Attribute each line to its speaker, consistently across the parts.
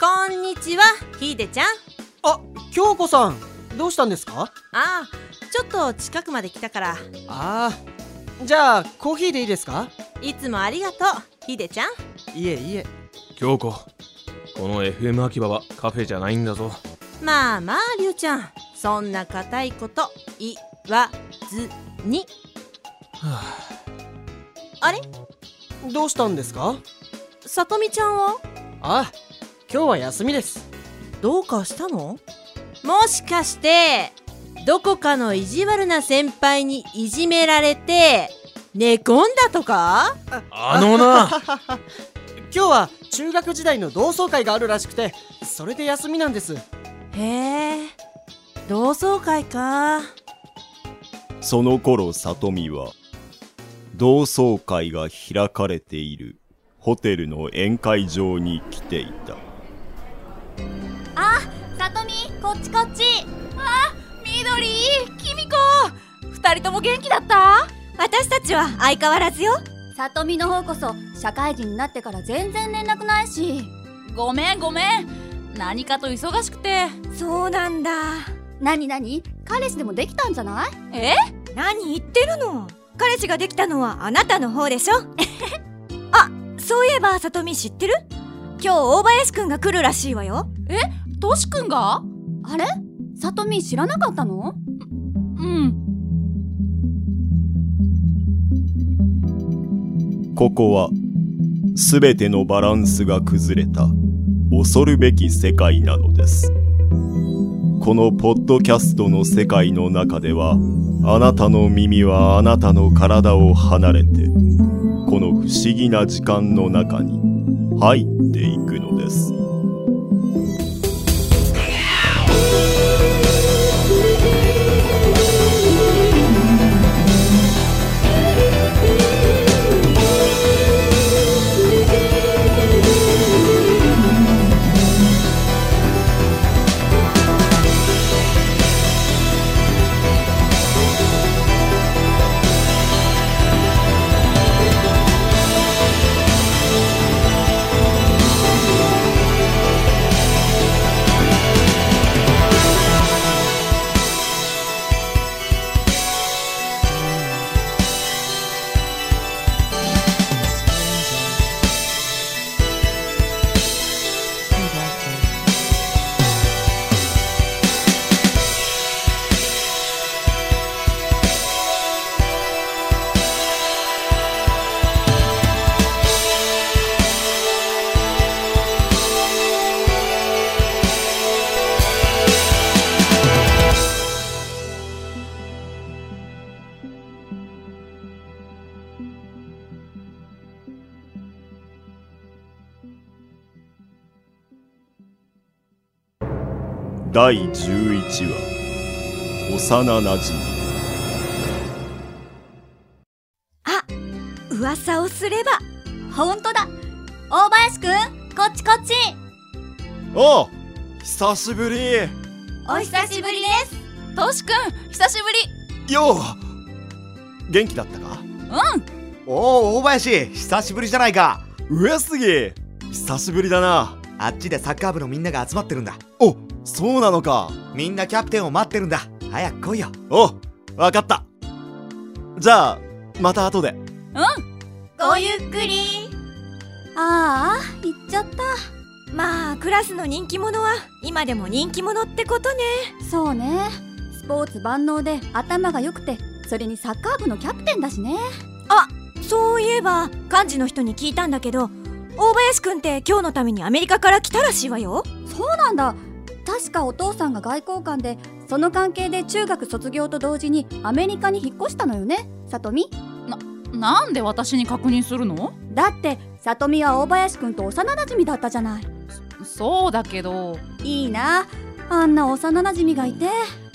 Speaker 1: こんにちはひでちゃん
Speaker 2: あ、京子さん、どうしたんですか
Speaker 1: ああちょっと近くまで来たから
Speaker 2: ああ、じゃあコーヒーでいいですか
Speaker 1: いつもありがとうひでちゃん
Speaker 2: いえいえ、
Speaker 3: 京子この FM 秋葉はカフェじゃないんだぞ
Speaker 1: まあまありゅうちゃんそんな固いこと言わずに
Speaker 3: は
Speaker 1: あれ
Speaker 2: どうしたんですか
Speaker 1: さとみちゃんは
Speaker 2: あ、今日は休みです
Speaker 1: どうかしたのもしかしてどこかの意地悪な先輩にいじめられて寝込んだとか
Speaker 3: ああのな
Speaker 2: 今日は中学時代の同窓会があるらしくて、それで休みなんです
Speaker 1: へえ同窓会か
Speaker 4: その頃、里美は、同窓会が開かれているホテルの宴会場に来ていた。
Speaker 5: さとみこっちこっちあみどりきみこ二人とも元気だった
Speaker 6: 私たちは相変わらずよ
Speaker 5: さとみの方こそ社会人になってから全然連絡ないしごめんごめん何かと忙しくて
Speaker 6: そうなんだ
Speaker 5: 何何彼氏でもできたんじゃないえ
Speaker 6: 何言ってるの彼氏ができたのはあなたの方でし ょあそういえばさとみ知ってる今日大林くんが来るらしいわよ
Speaker 5: としくんがあれさとみ知らなかったのうん
Speaker 4: ここは、すべてのバランスが崩れた、恐るべき世界なのです。このポッドキャストの世界の中では、あなたの耳はあなたの体を離れて、この不思議な時間の中に入っていくのです。第11話幼なじみ
Speaker 6: 噂をすれば
Speaker 5: ほんとだ大林くんこっちこっち
Speaker 4: おう久しぶり
Speaker 5: お久しぶりですとしくん久しぶり
Speaker 4: よう元気だったか
Speaker 7: おお大林久しぶりじゃないか
Speaker 4: 上杉久しぶりだな
Speaker 7: あっちでサッカー部のみんなが集まってるんだ
Speaker 4: おそうなのか
Speaker 7: みんなキャプテンを待ってるんだ早く来いよ
Speaker 4: おわかったじゃあまた後で
Speaker 5: ごゆっくりああ行っちゃった
Speaker 6: まあクラスの人気者は今でも人気者ってことね
Speaker 5: そうねスポーツ万能で頭が良くてそれにサッカー部のキャプテンだしね
Speaker 6: そういえば幹事の人に聞いたんだけど大林くんって今日のためにアメリカから来たらしいわよ
Speaker 5: そうなんだ確かお父さんが外交官でその関係で中学卒業と同時にアメリカに引っ越したのよねさとみ
Speaker 8: なんで私に確認するの
Speaker 5: だってさとみは大林くんと幼馴染だったじゃない
Speaker 8: そうだけど
Speaker 5: いいなあんな幼馴染がいて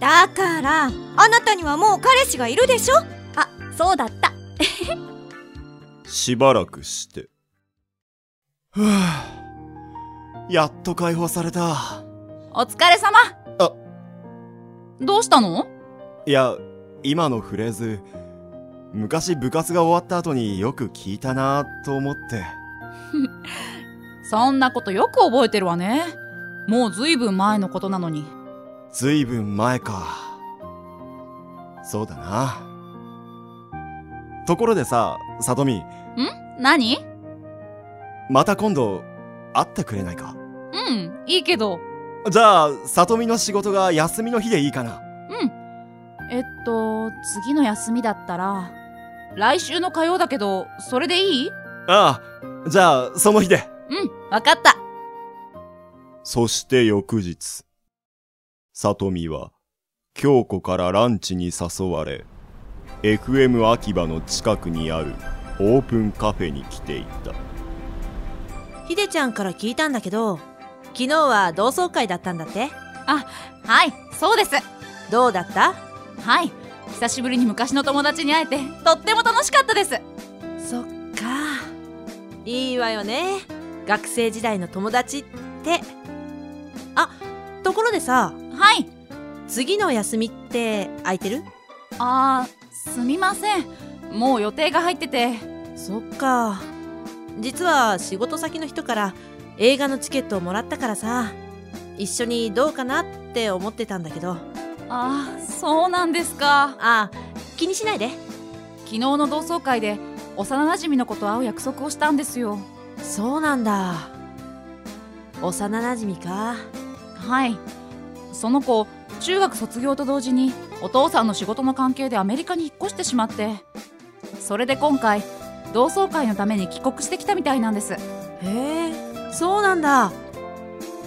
Speaker 6: だからあなたにはもう彼氏がいるでしょ
Speaker 5: あそうだった
Speaker 4: しばらくしてふあやっと解放された
Speaker 8: お疲れ様
Speaker 4: あ
Speaker 8: どうしたの
Speaker 4: いや今のフレーズ昔部活が終わった後によく聞いたなと思って
Speaker 8: そんなことよく覚えてるわね。もうずいぶん前のことなのに。
Speaker 4: ずいぶん前か。そうだな。ところでさ、さとみ、
Speaker 8: 何
Speaker 4: また今度、会ってくれないか。
Speaker 8: うん、いいけど。
Speaker 4: じゃあ、さとみの仕事が休みの日でいいかな。
Speaker 8: えっと、次の休みだったら、来週の火曜だけど、それでいい
Speaker 4: ああ、じゃあ、その日で。
Speaker 8: うん、わかった。
Speaker 4: そして翌日、さとみは、京子からランチに誘われ、FM 秋葉の近くにあるオープンカフェに来ていた。
Speaker 1: ひでちゃんから聞いたんだけど昨日は同窓会だったんだって
Speaker 8: はい、そうです。
Speaker 1: どうだった
Speaker 8: はい、久しぶりに昔の友達に会えて、とっても楽しかったです。
Speaker 1: そっかいいわよね学生時代の友達ってあところでさ
Speaker 8: はい、
Speaker 1: 次の休みって空いてる
Speaker 8: あー、すみません。もう予定が入ってて。
Speaker 1: そっか実は仕事先の人から映画のチケットをもらったからさ一緒にどうかなって思ってたんだけど
Speaker 8: あー、そうなんですか。
Speaker 1: あ気にしないで
Speaker 8: 昨日の同窓会で、幼馴染の子と会う約束をしたんですよ。
Speaker 1: そうなんだ幼なじみか
Speaker 8: はいその子中学卒業と同時にお父さんの仕事の関係でアメリカに引っ越してしまってそれで今回同窓会のために帰国してきたみたいなんです
Speaker 1: へえそうなんだ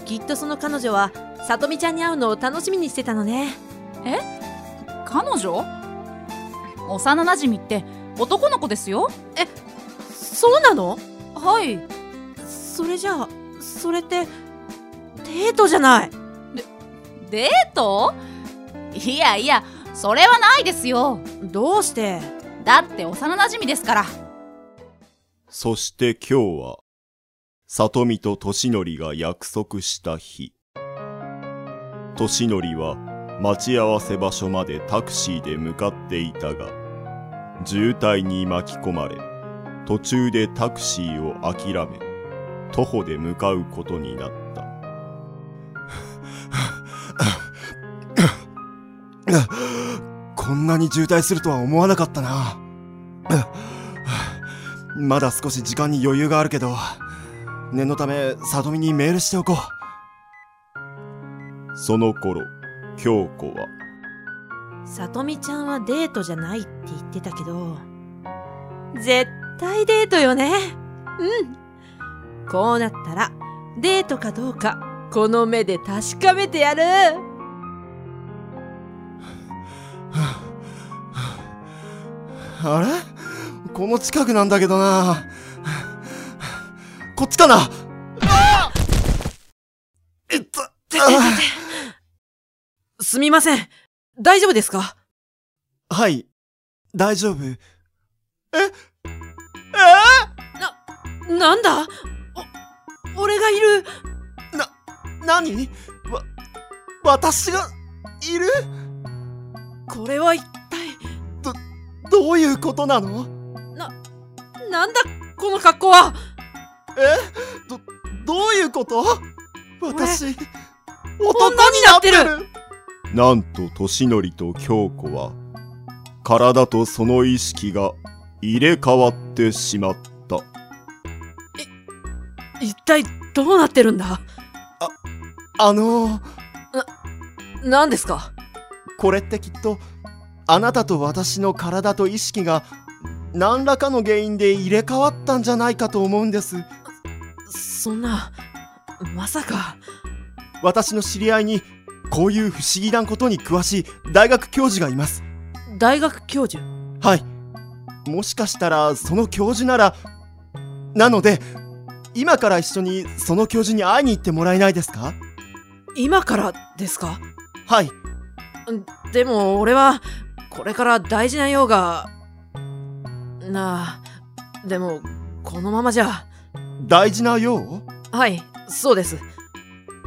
Speaker 1: きっとその彼女はさとみちゃんに会うのを楽しみにしてたのね
Speaker 8: 彼女幼なじみって男の子ですよ
Speaker 1: そうなの
Speaker 8: はい
Speaker 1: それじゃあそれってデートじゃない
Speaker 8: デートいやいやそれはないですよ
Speaker 1: どうして
Speaker 8: だって幼なじみですから
Speaker 4: そして今日は、さとみととしのりが約束した日。としのりは待ち合わせ場所までタクシーで向かっていたが、渋滞に巻き込まれ、途中でタクシーを諦め、徒歩で向かうことになった。
Speaker 7: こんなに渋滞するとは思わなかったな。まだ少し時間に余裕があるけど、念のため、さとみにメールしておこう。
Speaker 4: その頃、京子は、
Speaker 1: さとみちゃんはデートじゃないって言ってたけど絶対デートよねうんこうなったらデートかどうかこの目で確かめてやる
Speaker 7: あれこの近くなんだけどな。こっちかなえっと、
Speaker 1: すみません大丈夫ですか
Speaker 7: はい、大丈夫。
Speaker 1: なんだお俺がいる
Speaker 7: 何わ、私が、いる
Speaker 1: これは一体
Speaker 7: どういうことなの
Speaker 1: なんだこの格好は
Speaker 7: どういうこと私、
Speaker 1: 女
Speaker 7: 男
Speaker 1: になってる
Speaker 4: なんと、としのりと京子は、体とその意識が入れ替わってしまった。
Speaker 1: 一体どうなってるんだ
Speaker 7: あのー、
Speaker 1: 何ですか
Speaker 7: これってきっと、あなたと私の体と意識が、何らかの原因で入れ替わったんじゃないかと思うんです。
Speaker 1: そんなまさか
Speaker 7: 私の知り合いに、こういう不思議なことに詳しい大学教授がいます。
Speaker 1: 大学教授
Speaker 7: はい。もしかしたら、その教授なら、なので、今から一緒にその教授に会いに行ってもらえないですか
Speaker 1: 今からですか
Speaker 7: はい。
Speaker 1: でも俺はこれから大事な用がなあでもこのままじゃ
Speaker 7: 大事な用
Speaker 1: はいそうです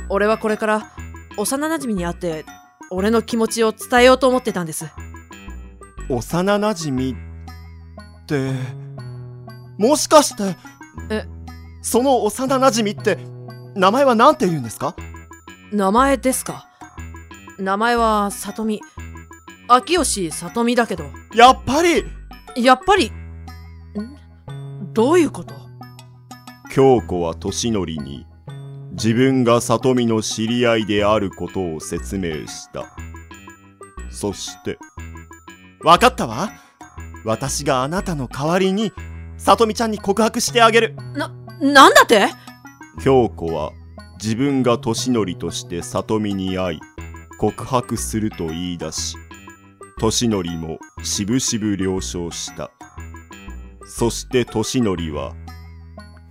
Speaker 1: 俺はこれから幼なじみに会って俺の気持ちを伝えようと思ってたんです
Speaker 7: 幼馴染って、もしかして、
Speaker 1: え
Speaker 7: その幼なじみって名前は何て言うんですか
Speaker 1: 名前ですか名前は里美秋吉里美だけど
Speaker 7: やっぱり
Speaker 1: やっぱりんどういうこと
Speaker 4: 京子は年則に自分が里美の知り合いであることを説明したそして
Speaker 7: 分かったわ私があなたの代わりにさとみちゃんに告白してあげる
Speaker 1: なんだって
Speaker 4: 京子は自分が年則として里美に会い告白すると言い出し年則もしぶしぶ了承したそして年則は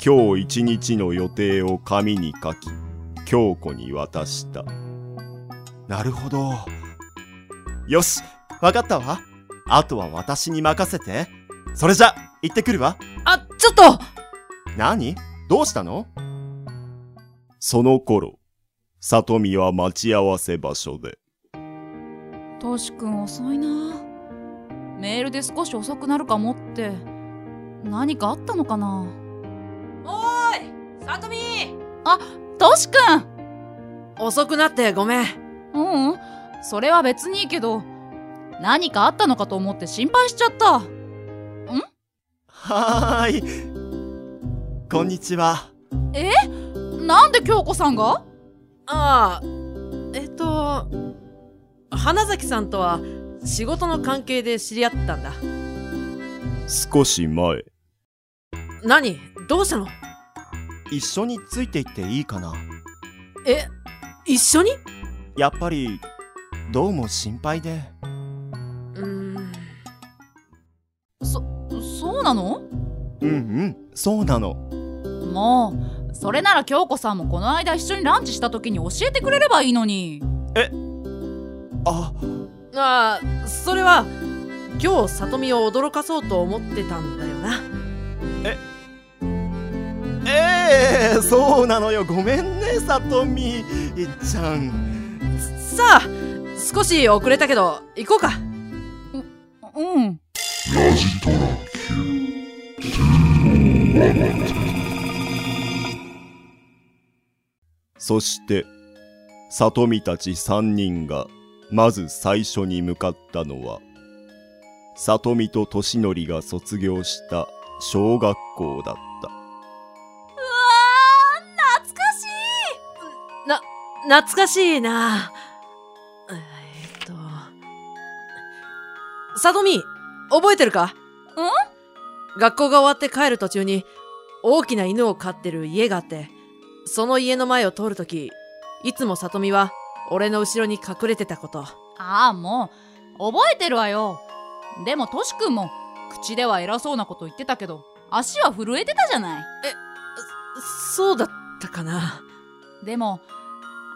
Speaker 4: 今日一日の予定を紙に書き京子に渡した
Speaker 7: なるほどよし分かったわあとは私に任せてそれじゃ行ってくるわ
Speaker 1: あちょっと
Speaker 7: 何どうしたの
Speaker 4: その頃里美は待ち合わせ場所で
Speaker 8: トシ君遅いなメールで少し遅くなるかもって何かあったのかな
Speaker 1: おーいさとみ
Speaker 8: トシ君
Speaker 1: 遅くなってごめん
Speaker 8: うんうんそれは別にいいけど何かあったのかと思って心配しちゃった
Speaker 7: はーいこんにちは
Speaker 8: なんで京子さんが
Speaker 1: ああえっと花崎さんとは仕事の関係で知り合ったんだ
Speaker 4: 少し前
Speaker 1: 何どうしたの
Speaker 7: 一緒についていっていいかな
Speaker 1: え一緒に
Speaker 7: やっぱりどうも心配で
Speaker 1: うーん
Speaker 8: そうなの
Speaker 7: うんうんそうなの
Speaker 8: もうそれなら京子さんもこの間一緒にランチした時に教えてくれればいいのに
Speaker 1: あ
Speaker 7: あ
Speaker 1: あそれは今日さとみを驚かそうと思ってたんだよな
Speaker 7: ええそうなのよごめんねさとみいっちゃん
Speaker 1: さあ少し遅れたけど行こうか
Speaker 8: うん
Speaker 4: そして里美たち3人がまず最初に向かったのは里美と年則が卒業した小学校だった
Speaker 6: 懐かしい
Speaker 1: 懐かしいなえーっとさとみ覚えてるかん学校が終わって帰る途中に大きな犬を飼ってる家があってその家の前を通るときいつもさとみは俺の後ろに隠れてたこと
Speaker 8: ああもう覚えてるわよでもトシ君も口では偉そうなこと言ってたけど足は震えてたじゃない
Speaker 1: そうだったかな
Speaker 8: でも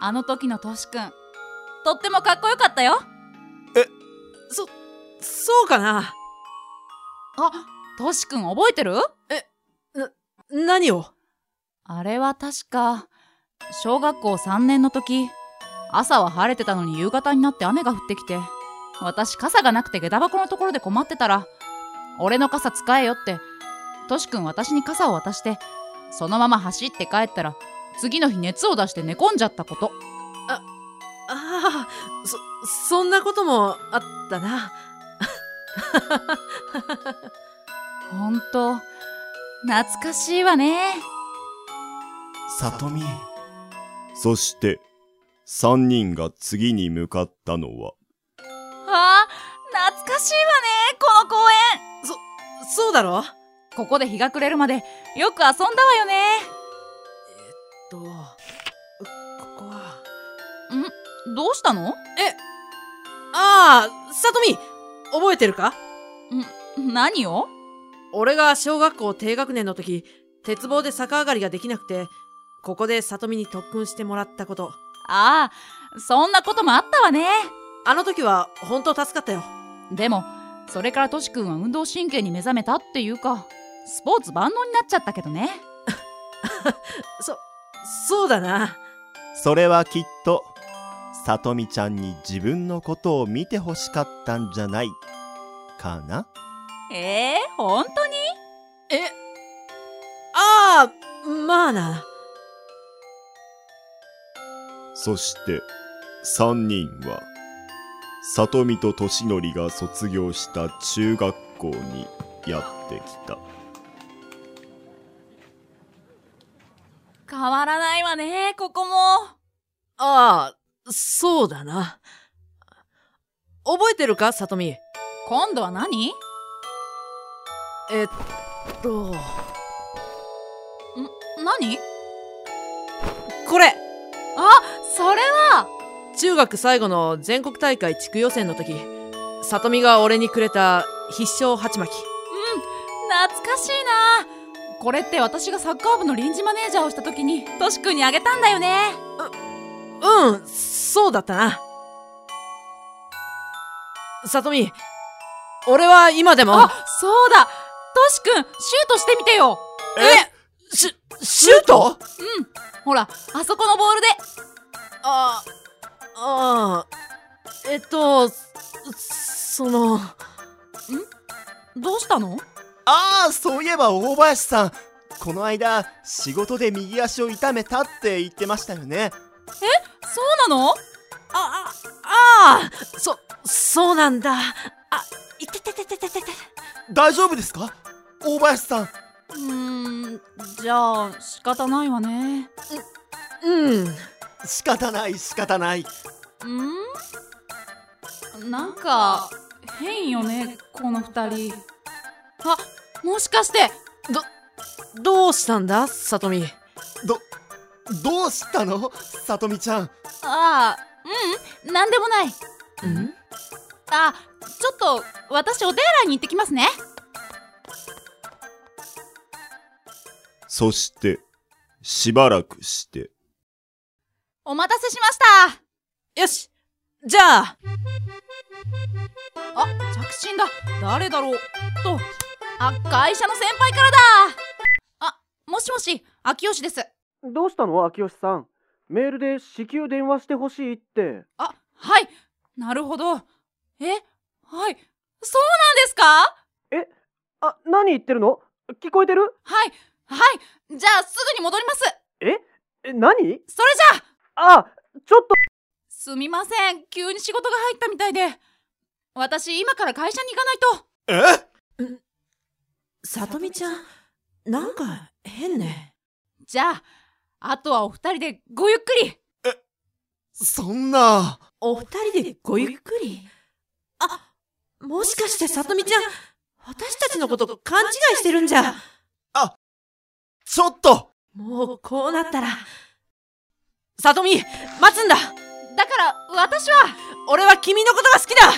Speaker 8: あの時のトシ君とってもかっこよかったよ
Speaker 1: そうかな
Speaker 8: あトシ君覚えてる
Speaker 1: 何を
Speaker 8: あれは確か小学校3年の時朝は晴れてたのに夕方になって雨が降ってきて私傘がなくて下駄箱のところで困ってたら「俺の傘使えよ」ってトシ君私に傘を渡してそのまま走って帰ったら次の日熱を出して寝込んじゃったこと
Speaker 1: ああそそんなこともあったな
Speaker 8: ほんと懐かしいわね
Speaker 7: さとみ
Speaker 4: そして3人が次に向かったのは
Speaker 6: ああ懐かしいわねこの公園
Speaker 1: そうだろ
Speaker 8: ここで日が暮れるまでよく遊んだわよね
Speaker 1: とうここは
Speaker 8: どうしたの
Speaker 1: ああさとみ覚えてるか
Speaker 8: 何を
Speaker 1: 俺が小学校低学年の時鉄棒で逆上がりができなくてここでさとみに特訓してもらったこと
Speaker 8: ああそんなこともあったわね
Speaker 1: あの時は本当助かったよ
Speaker 8: でもそれからトシ君は運動神経に目覚めたっていうかスポーツ万能になっちゃったけどね
Speaker 1: そうだな
Speaker 7: それはきっとさとみちゃんに自分のことを見てほしかったんじゃないかな
Speaker 6: えー、本当に
Speaker 1: ああまあな。
Speaker 4: そして3人は里見と利則が卒業した中学校にやってきた
Speaker 8: 変わらないわね、ここも。
Speaker 1: ああ、そうだな。覚えてるか、さとみ。
Speaker 8: 今度は何
Speaker 1: えっと、
Speaker 8: 何
Speaker 1: これ
Speaker 8: あ、それは
Speaker 1: 中学最後の全国大会地区予選の時、さとみが俺にくれた必勝鉢巻き。
Speaker 8: 懐かしいな。これって私がサッカー部の臨時マネージャーをした時に、トシ君にあげたんだよね。
Speaker 1: うん、そうだったな。さとみ、俺は今でも、
Speaker 8: あ、そうだ。トシ君、シュートしてみてよ。
Speaker 1: シュ、シュート
Speaker 8: ほら、あそこのボールで。
Speaker 1: あ、あー、えっと、そその、
Speaker 8: どうしたの
Speaker 7: ああそういえば大林さんこの間仕事で右足を痛めたって言ってましたよね
Speaker 8: そうなの
Speaker 1: あ、あ、あー、そ、そうなんだ。あ、いててててててて。
Speaker 7: 大丈夫ですか大林さん
Speaker 8: うーん、じゃあ仕方ないわね。
Speaker 1: うん。
Speaker 7: 仕方ない仕方ない
Speaker 8: うんなんか変よね、この二人。あ、もしかして、
Speaker 1: どうしたんだ、さとみ。
Speaker 7: どうしたのさとみちゃん
Speaker 8: ああ、うん、なんでもない。
Speaker 1: ん
Speaker 8: あ、ちょっと私お手洗いに行ってきますね。
Speaker 4: そしてしばらくして
Speaker 8: お待たせしまし
Speaker 1: よし。じゃあ、
Speaker 8: た。あ、着信だ。誰だろう。と、あ、会社の先輩からだ。あ、もしもし、秋吉です。
Speaker 9: どうしたの秋吉さん。メールで至急電話してほしいって。
Speaker 8: あ、はい。なるほど。え、はい。そうなんですかは
Speaker 9: あ、何言ってるの聞こえてる
Speaker 8: い。はい。じゃあ、すぐに戻ります。
Speaker 9: え、何
Speaker 8: それじゃあ
Speaker 9: あ、ちょっと、
Speaker 8: すみません。急に仕事が入ったみたいで。私、今から会社に行かないと。
Speaker 7: え
Speaker 1: さとみちゃん、なんか変ね。
Speaker 8: じゃあ、あとはお二人でごゆっくり。
Speaker 7: そんな
Speaker 1: お二人でごゆっくり。あ、もしかしてさとみちゃん、私たちのこと勘違いしてるんじゃ。
Speaker 7: ちょっと
Speaker 1: もうこうなったら。さとみ、待つんだ
Speaker 8: だから、私は、
Speaker 1: 俺は君のことが好きだ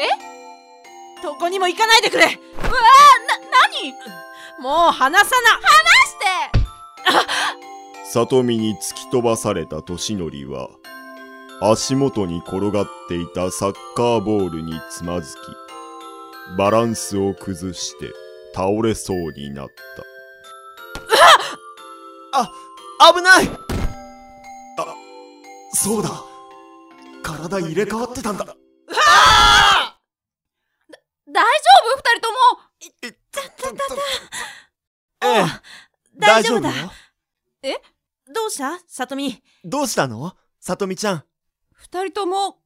Speaker 1: えどこにも行かないでくれ
Speaker 8: 何
Speaker 1: もう話さな
Speaker 8: して
Speaker 4: 里見に突き飛ばされた利則は足元に転がっていたサッカーボールにつまずきバランスを崩して倒れそうになった
Speaker 7: 危ないあそうだ体入れ替わってたんだ
Speaker 8: 大丈夫二人とも
Speaker 7: ええ
Speaker 1: 大丈夫だ
Speaker 7: 大よ
Speaker 1: どうしたさとみ。
Speaker 7: どうしたのさとみちゃん
Speaker 8: 二人とも、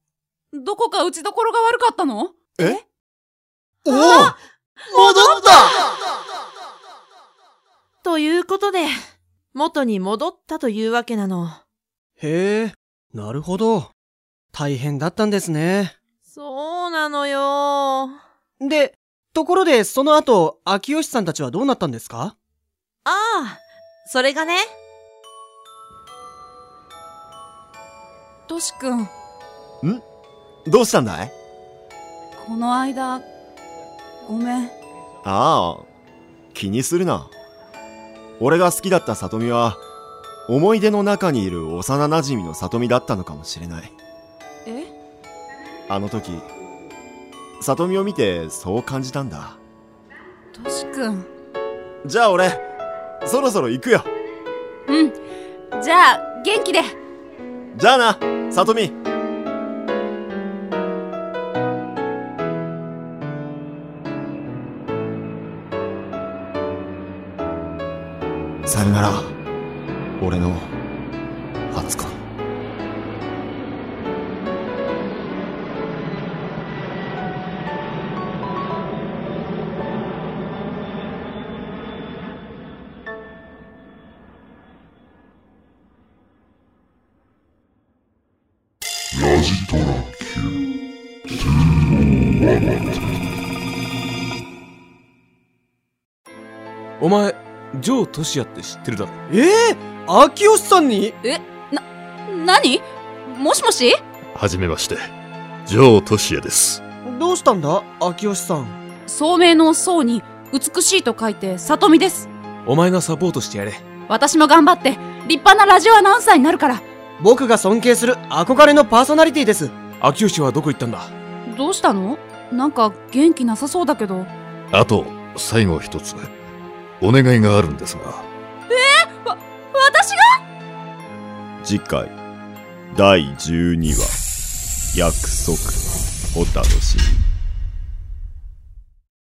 Speaker 8: どこか打ちどころが悪かったの
Speaker 7: おお戻った
Speaker 1: ということで、元に戻ったというわけなの。
Speaker 2: へえ、なるほど。大変だったんですね。
Speaker 1: そうなのよ。
Speaker 2: で、ところでその後、秋吉さんたちはどうなったんですか
Speaker 1: ああ、それがね、
Speaker 8: トシ君、
Speaker 7: どうしたんだい
Speaker 8: この間、ごめん。
Speaker 4: ああ、気にするな。俺が好きだった里美は、思い出の中にいる幼馴染の里美だったのかもしれない。
Speaker 8: え
Speaker 4: あの時、里美を見てそう感じたんだ。
Speaker 8: トシ君。
Speaker 4: じゃあ俺、そろそろ行くよ。
Speaker 8: うん。じゃあ、元気で。
Speaker 4: じゃあな、里美。さよなら、俺の初恋
Speaker 3: お前、ジョー・トシヤって知ってるだろ。
Speaker 2: ええー、秋吉さんに
Speaker 10: 何もしもし
Speaker 11: はじめまして、ジョー・トシエです。
Speaker 2: どうしたんだ秋吉さん。
Speaker 8: 聡明の層に美しいと書いて里見です
Speaker 3: お前がサポートしてやれ。
Speaker 8: 私も頑張って立派なラジオアナウンサーになるから
Speaker 2: 僕が尊敬する憧れのパーソナリティです。
Speaker 3: 秋吉はどこ行ったんだ
Speaker 8: どうしたのなんか元気なさそうだけど
Speaker 11: あと、最後一つ、お願いがあるんですが、
Speaker 6: 私が
Speaker 4: 次回第12話約束ホタの死に